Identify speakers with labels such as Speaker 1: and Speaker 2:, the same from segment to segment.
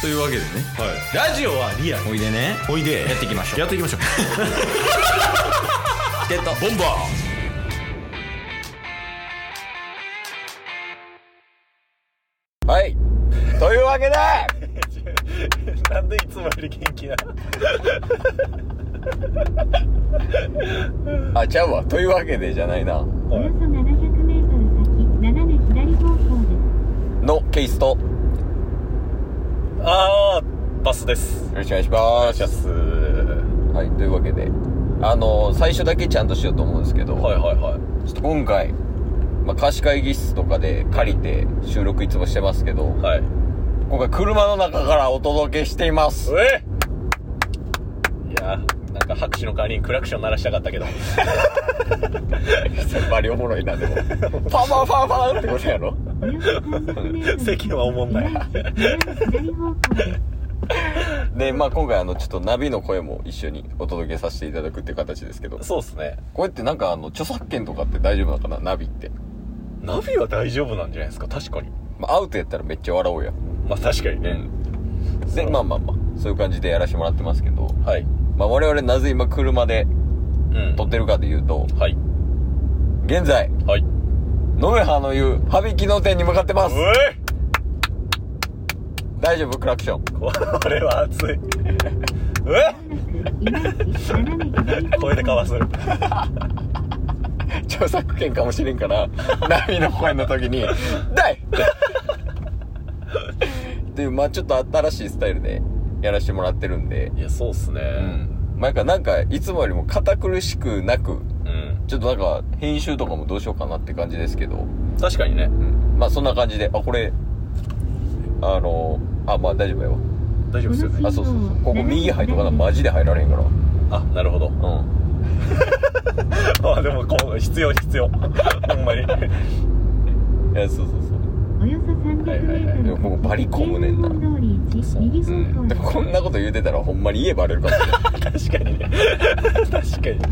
Speaker 1: というわけでね
Speaker 2: ラジオはリアル
Speaker 1: おいでね
Speaker 2: おいで
Speaker 1: やっていきましょう
Speaker 2: やっていき ましょう
Speaker 1: ゲットボンバー
Speaker 3: はい。というわけで、
Speaker 2: なんでいつもより元気な
Speaker 3: あ、ちゃうわ。というわけでじゃないな。
Speaker 4: およそ700メートル先、斜め左方向です。
Speaker 3: のケイスト。よ
Speaker 2: あーバスです
Speaker 3: ろしくお願いします。
Speaker 2: すは
Speaker 3: はい。というわけで、あの、最初だけちゃんとしようと思うんですけど、
Speaker 2: いはいはい
Speaker 3: ちょっと今回、まあ、貸し会議室とかで借りて収録いつもしてますけど、
Speaker 2: はい
Speaker 3: 今回車の中からお届けしています。
Speaker 2: えいやーなんか拍手の代わりにクラクション鳴らしたか ったけど
Speaker 3: やっぱりおもろいな、でも。 パンパンパンパンってことやろ
Speaker 4: およそ300メートル先、
Speaker 2: 世間は思んない
Speaker 4: 左方向です。
Speaker 3: で、まあ今回あの、ちょっとナビの声も一緒にお届けさせていただくっていう形ですけど、
Speaker 2: そうっすね
Speaker 3: これってなんかあの、著作権とかって大丈夫なのかな、ナビって。
Speaker 2: ナビは大丈夫なんじゃないですか確かに
Speaker 3: まあ、アウトやったらめっちゃ笑おうや。
Speaker 2: まあ確かにね、
Speaker 3: で、まあまあまあ、そういう感じでやらせてもらってますけど、
Speaker 2: はい
Speaker 3: まあ我々なぜ今車で
Speaker 2: うん
Speaker 3: 撮ってるかというと、
Speaker 2: はい
Speaker 3: 現在、
Speaker 2: はい
Speaker 3: ノエハの言う、羽引きの店に向かってます
Speaker 2: え
Speaker 3: 大丈夫クラクション。
Speaker 2: これは熱いえ
Speaker 4: 今駅、斜め左方向
Speaker 2: 声でかわする
Speaker 3: 著作権かもしれんから、 ナビの声の時に、ダイっていう、まあちょっと新しいスタイルでやらせてもらってるんで、
Speaker 2: いやそうっすね
Speaker 3: うん。まあなんか、いつもよりも堅苦しくなく、
Speaker 2: うん、
Speaker 3: ちょっとなんか、編集とかもどうしようかなって感じですけど、
Speaker 2: 確かにね
Speaker 3: まあそんな感じで、あ、これ、あの、あ、まあ大丈夫やわ。
Speaker 2: 大丈夫ですよね
Speaker 3: あ、そうそうそう。ここ右入っとかな、マジで入られへんから。
Speaker 2: あなるほど
Speaker 3: うん。
Speaker 2: あでもこう必要必要ほんまに
Speaker 3: いや、そうそうそう。
Speaker 4: およそ300メートル
Speaker 3: いや、もうバリ込むねんな。
Speaker 4: 京浜通り1、右
Speaker 3: う
Speaker 4: 方
Speaker 3: ん。
Speaker 4: 向
Speaker 3: で
Speaker 4: です
Speaker 3: も。こんなこと言うてたらほんまに家バレるかもしれ
Speaker 2: 確か
Speaker 3: な
Speaker 2: にね確かに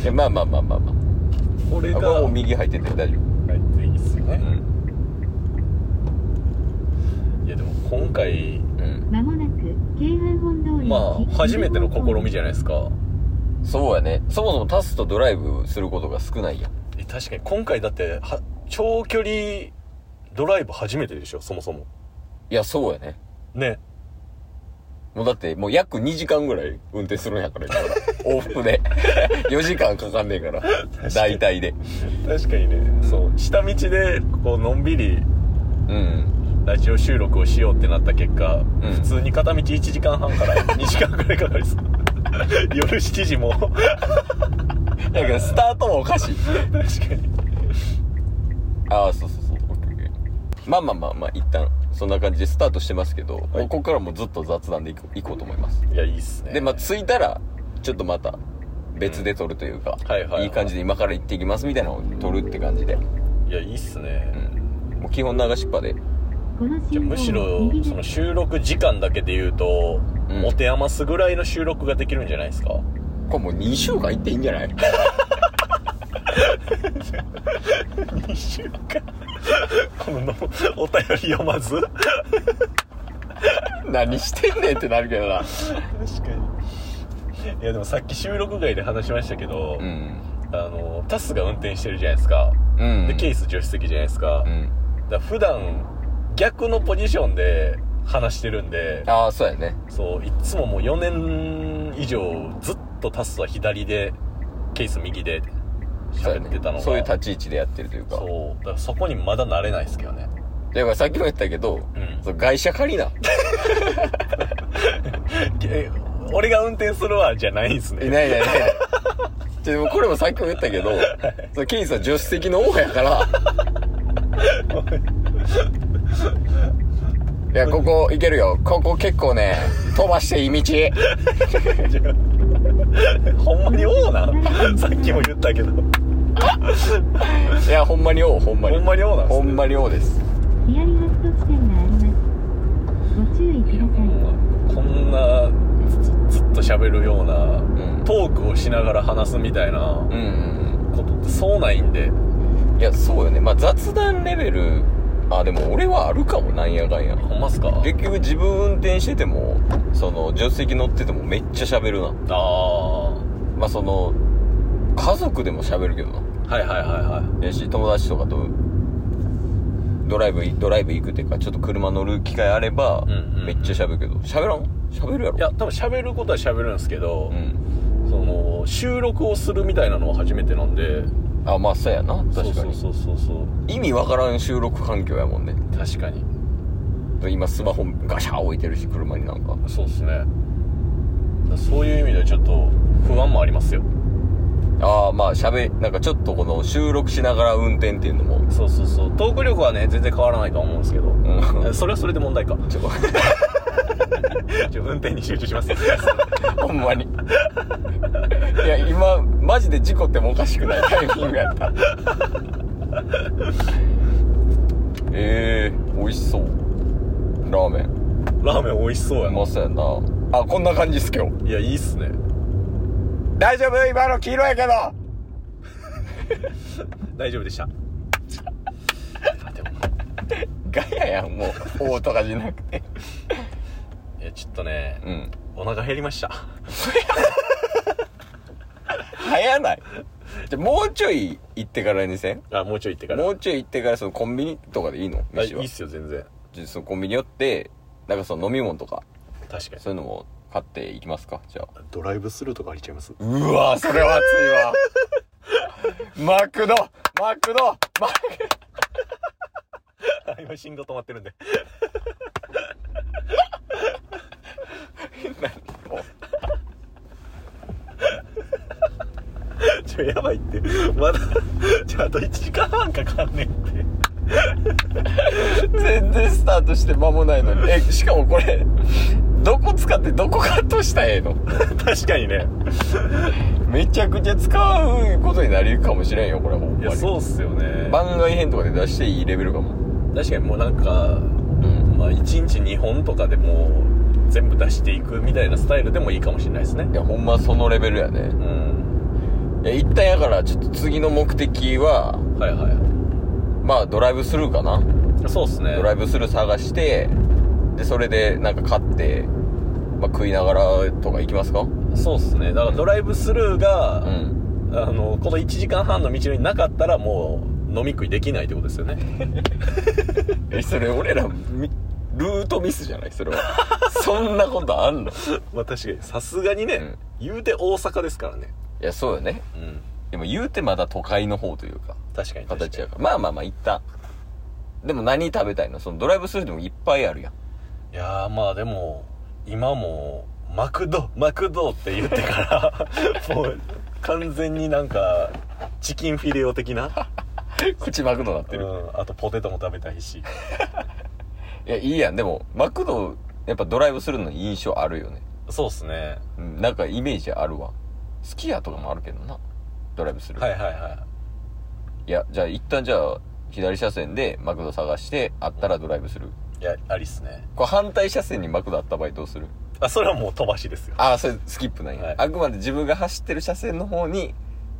Speaker 3: い。いや、まあまあまあまあまあ。
Speaker 2: これ
Speaker 3: あ
Speaker 2: が
Speaker 3: これはもう右入ってて大
Speaker 2: 入
Speaker 3: 丈
Speaker 2: っていいっすよ
Speaker 3: 夫。う
Speaker 2: ね、
Speaker 3: ん。
Speaker 2: いやでも今回
Speaker 3: うん。
Speaker 4: まもなく、京阪本通り
Speaker 2: まあ初めての試み
Speaker 4: じ
Speaker 2: じゃないですか
Speaker 3: そうやね。そもそもタスとドライブすることが少ないやん。
Speaker 2: え確かに今回だっては長距離ドライブ初めてでしょそもそも
Speaker 3: いや、そうやね。
Speaker 2: ね
Speaker 3: もうだって、もう約2時間ぐらい運転するんやから、今から往復で。4時間かかんねえから。大体で。
Speaker 2: 確かにねそう下道でこうのんびり
Speaker 3: うん。
Speaker 2: ラジオ収録をしようってなった結果、
Speaker 3: ん
Speaker 2: 普通に片道1時間半から 2時間くらいかかり そう夜7時も確
Speaker 3: だけど、スタートもおかしい。
Speaker 2: かに
Speaker 3: ああ、そうそうそう。オッケーオッケーまあまあまあまあ、一旦、そんな感じでスタートしてますけど、もうここからもずっと雑談でいこういこうと思います。
Speaker 2: いやいいっすね
Speaker 3: で、まあ、着いたら、ちょっとまた、別で撮るというか、
Speaker 2: はいはいはい
Speaker 3: い感じで今から行ってきますみたいなのを撮るって感じで、
Speaker 2: いやいいっすね、
Speaker 3: もう基本流しっぱで、
Speaker 4: この信号
Speaker 2: じゃあむしろ
Speaker 4: 右です
Speaker 2: その収録時間だけで言うと、
Speaker 3: うん
Speaker 2: 持て余すぐらいの収録ができるんじゃないですか
Speaker 3: これもう2週間行っていいんじゃ ない
Speaker 2: 2週間 こののお便り読まず確
Speaker 3: 何してんねんってなるけどな。
Speaker 2: かにいやでもさっき収録外で話しましたけど、
Speaker 3: うん。
Speaker 2: あのタスが運転してるじゃないですか、
Speaker 3: うん。
Speaker 2: でケース助手席じゃないですか、
Speaker 3: うん。
Speaker 2: だから普段逆のポジションで話してるんで
Speaker 3: ああ、そうやね。
Speaker 2: そういっつももう4年以上ずっとタスは左でケース右で
Speaker 3: そうや
Speaker 2: 喋ってたのが
Speaker 3: ね。そういう立ち位置でやってるというか。
Speaker 2: そうだからそこにまだ慣れないですけどね
Speaker 3: だからさっきも言ったけど、
Speaker 2: うん
Speaker 3: そう外車借りな。
Speaker 2: え俺が運転するわじゃないんす
Speaker 3: い
Speaker 2: ね
Speaker 3: ないいないいない。ちょでもこれもさっきも言ったけど、そのケイさん助手席の王や から。いや、ここ行けるよ。ここ結構ね、飛ばしていい道。
Speaker 2: ほんまに王なん さっきも言ったけどほ
Speaker 3: いや、ほんまに王、ほんまに。
Speaker 2: んまに王なんす
Speaker 3: ほ
Speaker 2: ね
Speaker 3: んまに王です。
Speaker 4: 左ハット地点がありますご注意ください
Speaker 2: こんなずずっと喋るような、
Speaker 3: ん
Speaker 2: トークをしながら話すみたいな
Speaker 3: うんうん
Speaker 2: ことってそうないんで
Speaker 3: うん。いや、そうよね。まあ雑談レベルあでも俺はあるかもなんやかんや
Speaker 2: ほんますか
Speaker 3: 結局自分運転しててもその助手席乗っててもめっちゃ喋るな
Speaker 2: ああは
Speaker 3: まあその家族でも喋るけど
Speaker 2: いはいはいはい
Speaker 3: なやし友達とかとドライブドライブ行くっていうかちょっと車乗る機会あれば、
Speaker 2: んうんうん
Speaker 3: めっちゃ喋るけど喋らん喋るやろ
Speaker 2: いや多分喋ることは喋るんですけど、
Speaker 3: うん
Speaker 2: その収録をするみたいなのは初めてなんで
Speaker 3: あまあそうやな確かに
Speaker 2: そうそうそうそう
Speaker 3: 意味わからん収録環境やもんね
Speaker 2: 確かに
Speaker 3: 今スマホガシャー置いてるし車になんか
Speaker 2: そうっすねだからそういう意味ではちょっと不安もありますよ
Speaker 3: ああまあ喋なんかちょっとこの収録しながら運転っていうのも
Speaker 2: そうそうそうトーク力はね全然変わらないとは思うんですけど、
Speaker 3: ん
Speaker 2: それはそれで問題か
Speaker 3: ちょ
Speaker 2: ち ょ運転に集中します
Speaker 3: ほんまにいや今マジで事故ってもおかしくないタイミングやったええー、美味しそうラーメン
Speaker 2: ラーメン美味しそうや
Speaker 3: う
Speaker 2: な
Speaker 3: まそうやなあこんな感じっす今日
Speaker 2: いやいいっすね
Speaker 3: 大丈夫今の黄色やけど
Speaker 2: 大丈夫でしたあでも
Speaker 3: ガヤやんもう「お」とかじゃなくて
Speaker 2: いやちょっとね、
Speaker 3: うん
Speaker 2: お腹減りました
Speaker 3: 早ないじゃもうちょい行ってからにせん
Speaker 2: あもうちょい行ってから
Speaker 3: もうちょい行ってからそのコンビニとかでいいの
Speaker 2: あい
Speaker 3: 飯はい
Speaker 2: っすよ全然
Speaker 3: じゃあそのコンビニ寄ってなんかその飲み物とか
Speaker 2: 確かに
Speaker 3: そういうのも買っていきますかじゃあ
Speaker 2: ドライブスルーとかありちゃいます
Speaker 3: うわそれは熱いわマクドマクドマク
Speaker 2: あ今信号止まってるんで
Speaker 3: ド
Speaker 2: ちょやばいってまだじゃああと1時間半かかんねんって
Speaker 3: 全然スタートして間もないのにえしかもこれどこ使ってどこカットしたらええの
Speaker 2: 確かにね
Speaker 3: めちゃくちゃ使うことになりるかもしれんよこれほん
Speaker 2: い
Speaker 3: ま
Speaker 2: や
Speaker 3: に
Speaker 2: そうっすよね
Speaker 3: 番外編とかで出していいレベルかも
Speaker 2: 確かにもうなんか
Speaker 3: うん
Speaker 2: まあ1日2本とかでもう全部出していくみたいなスタイルでもいいかもしれないですね
Speaker 3: いやほんまそのレベルやね
Speaker 2: うん
Speaker 3: いや一旦やからちょっと次の目的は
Speaker 2: はいは
Speaker 3: まあドライブスルーかない
Speaker 2: そうっすね
Speaker 3: ドライブスルー探してでそれでなんか買って、まあ、食いながらとか行きますか
Speaker 2: そうっすねだからドライブスルーが、
Speaker 3: うん
Speaker 2: あのこの1時間半の道のりなかったらもう飲み食いできないってことですよね
Speaker 3: えそれ俺らみルートミスじゃないそ れはそんなことあんの
Speaker 2: まあ確かにさすがにね、
Speaker 3: うん
Speaker 2: 言うて大阪ですからね
Speaker 3: いやそうよね
Speaker 2: うん
Speaker 3: でも言うてまだ都会の方というか
Speaker 2: 確かに確かに
Speaker 3: 形やからまあまあまあ一旦でも何食べたいのそのドライブスルーでもいっぱいあるやん
Speaker 2: いやーまあでも今もうマクド マクドって言って からもう完全になんかチキンフィレオ的な、
Speaker 3: 口マクドなって
Speaker 2: う
Speaker 3: る、
Speaker 2: ん、あとポテトも食べたいし
Speaker 3: いやいいやんでもマクドやっぱドライブスルーの印象あるよね
Speaker 2: そうっすね
Speaker 3: うんなんかイメージあるわ好きやとかもあるけどなドライブスルー、、
Speaker 2: はいはいはい
Speaker 3: やじゃあ一旦じゃあ左車線でマクド探してあったらドライブスルー
Speaker 2: いいやありっすね
Speaker 3: これ反対車線にマクドあった場合どうする
Speaker 2: あそれはもう飛ばしですよ
Speaker 3: ああそれスキップなんや、
Speaker 2: はい
Speaker 3: あくまで自分が走ってる車線の方に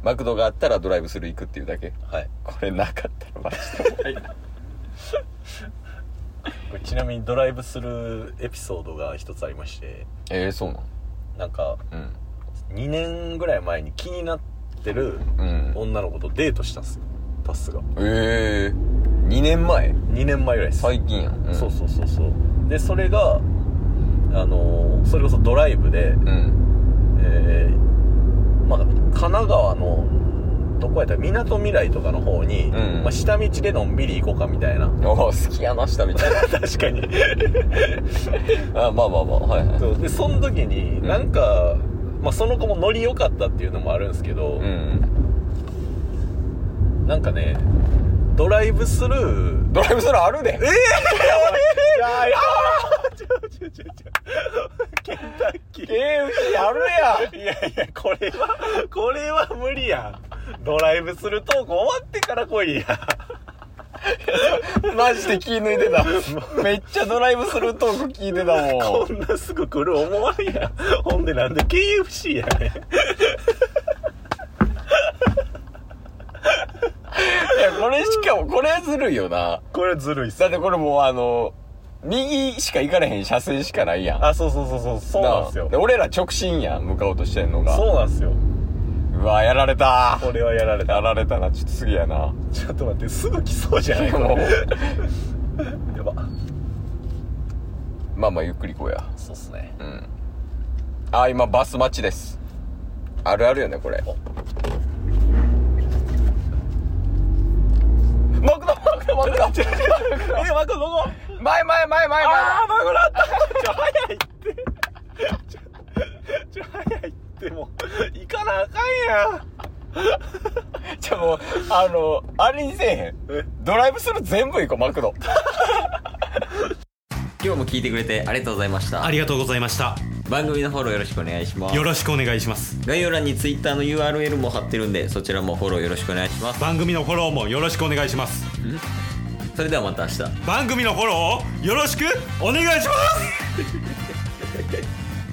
Speaker 3: マクドがあったらドライブスルー行くっていうだけ
Speaker 2: はい
Speaker 3: これなかったら マジで
Speaker 2: これちなみにドライブするエピソードが一つありまして
Speaker 3: ええー、そうなの
Speaker 2: なんか2年ぐらい前に気になってる
Speaker 3: うんうん
Speaker 2: 女の子とデートしたんですよタスが
Speaker 3: ええー、2年前
Speaker 2: 2年前ぐらいです
Speaker 3: 最近やん、ん、
Speaker 2: そうそうそうそうでそれがあのーそれこそドライブで、
Speaker 3: うん
Speaker 2: えーまあ、神奈川のどこやったらみなとみらいとかの方に、
Speaker 3: ん
Speaker 2: まあ、下道でのんびり行こうかみたいな
Speaker 3: ああ好きやなしたみた い
Speaker 2: 確かに
Speaker 3: なあまあまあまあはいはい
Speaker 2: そうでその時に
Speaker 3: ん
Speaker 2: なんか、まあ、その子もノリ良かったっていうのもあるんですけど
Speaker 3: う、ん
Speaker 2: なんかねドライブスルー
Speaker 3: ドライブスルーあるでえ
Speaker 2: い やいやちょちょちょちょケンタッキー
Speaker 3: えー、やるや
Speaker 2: いやいやこれはこれは無理やドライブするトーク終わってから来いや
Speaker 3: マジで気抜いてた。めっちゃドライブスルートーク聞いてたも
Speaker 2: こ
Speaker 3: ん。
Speaker 2: んなすぐ来る思わんやほんでなんで KFC やねん
Speaker 3: いや、ここれしかも、これはずるいよな。
Speaker 2: これずるいっす
Speaker 3: だってこれもうあの、右しか行かれへん車線しかないやん。
Speaker 2: あそうそうそうそうそうなんですよ
Speaker 3: で俺ら直進やん、向かおうとしてんのが。
Speaker 2: そうなんですよ
Speaker 3: う。わ、やられた。
Speaker 2: これはやられた
Speaker 3: やられたな、ちょっと次やな。
Speaker 2: ちょっと待ってすぐ来そうじゃないこれ
Speaker 3: もう
Speaker 2: やば
Speaker 3: まあまあ、ゆっくり行こうや。
Speaker 2: そうっすね
Speaker 3: うん。あ、今、バス待ちです。あるあるよね、これ。
Speaker 2: お
Speaker 3: マクドマクド マクド
Speaker 2: えマクどこ
Speaker 3: 前前前前前
Speaker 2: ああマグロあったちょ早いってちょちょ早いってもう行かなあか
Speaker 3: じゃあもう、あの、あれにせえへん。
Speaker 2: んやんえ
Speaker 3: ドライブスルー全部行こう、マクド。
Speaker 1: 今日も聞いてくれてありがとうございました
Speaker 5: ありがとうございました
Speaker 1: 番組のフォローよろしくお願いします
Speaker 5: よろしくお願いします
Speaker 1: 概要欄に Twitter の URL も貼ってるんでそちらもフォローよろしくお願いします
Speaker 5: 番組のフォローもよろしくお願いします
Speaker 1: それではまた明日
Speaker 5: 番組のフォローをよろしくお願いします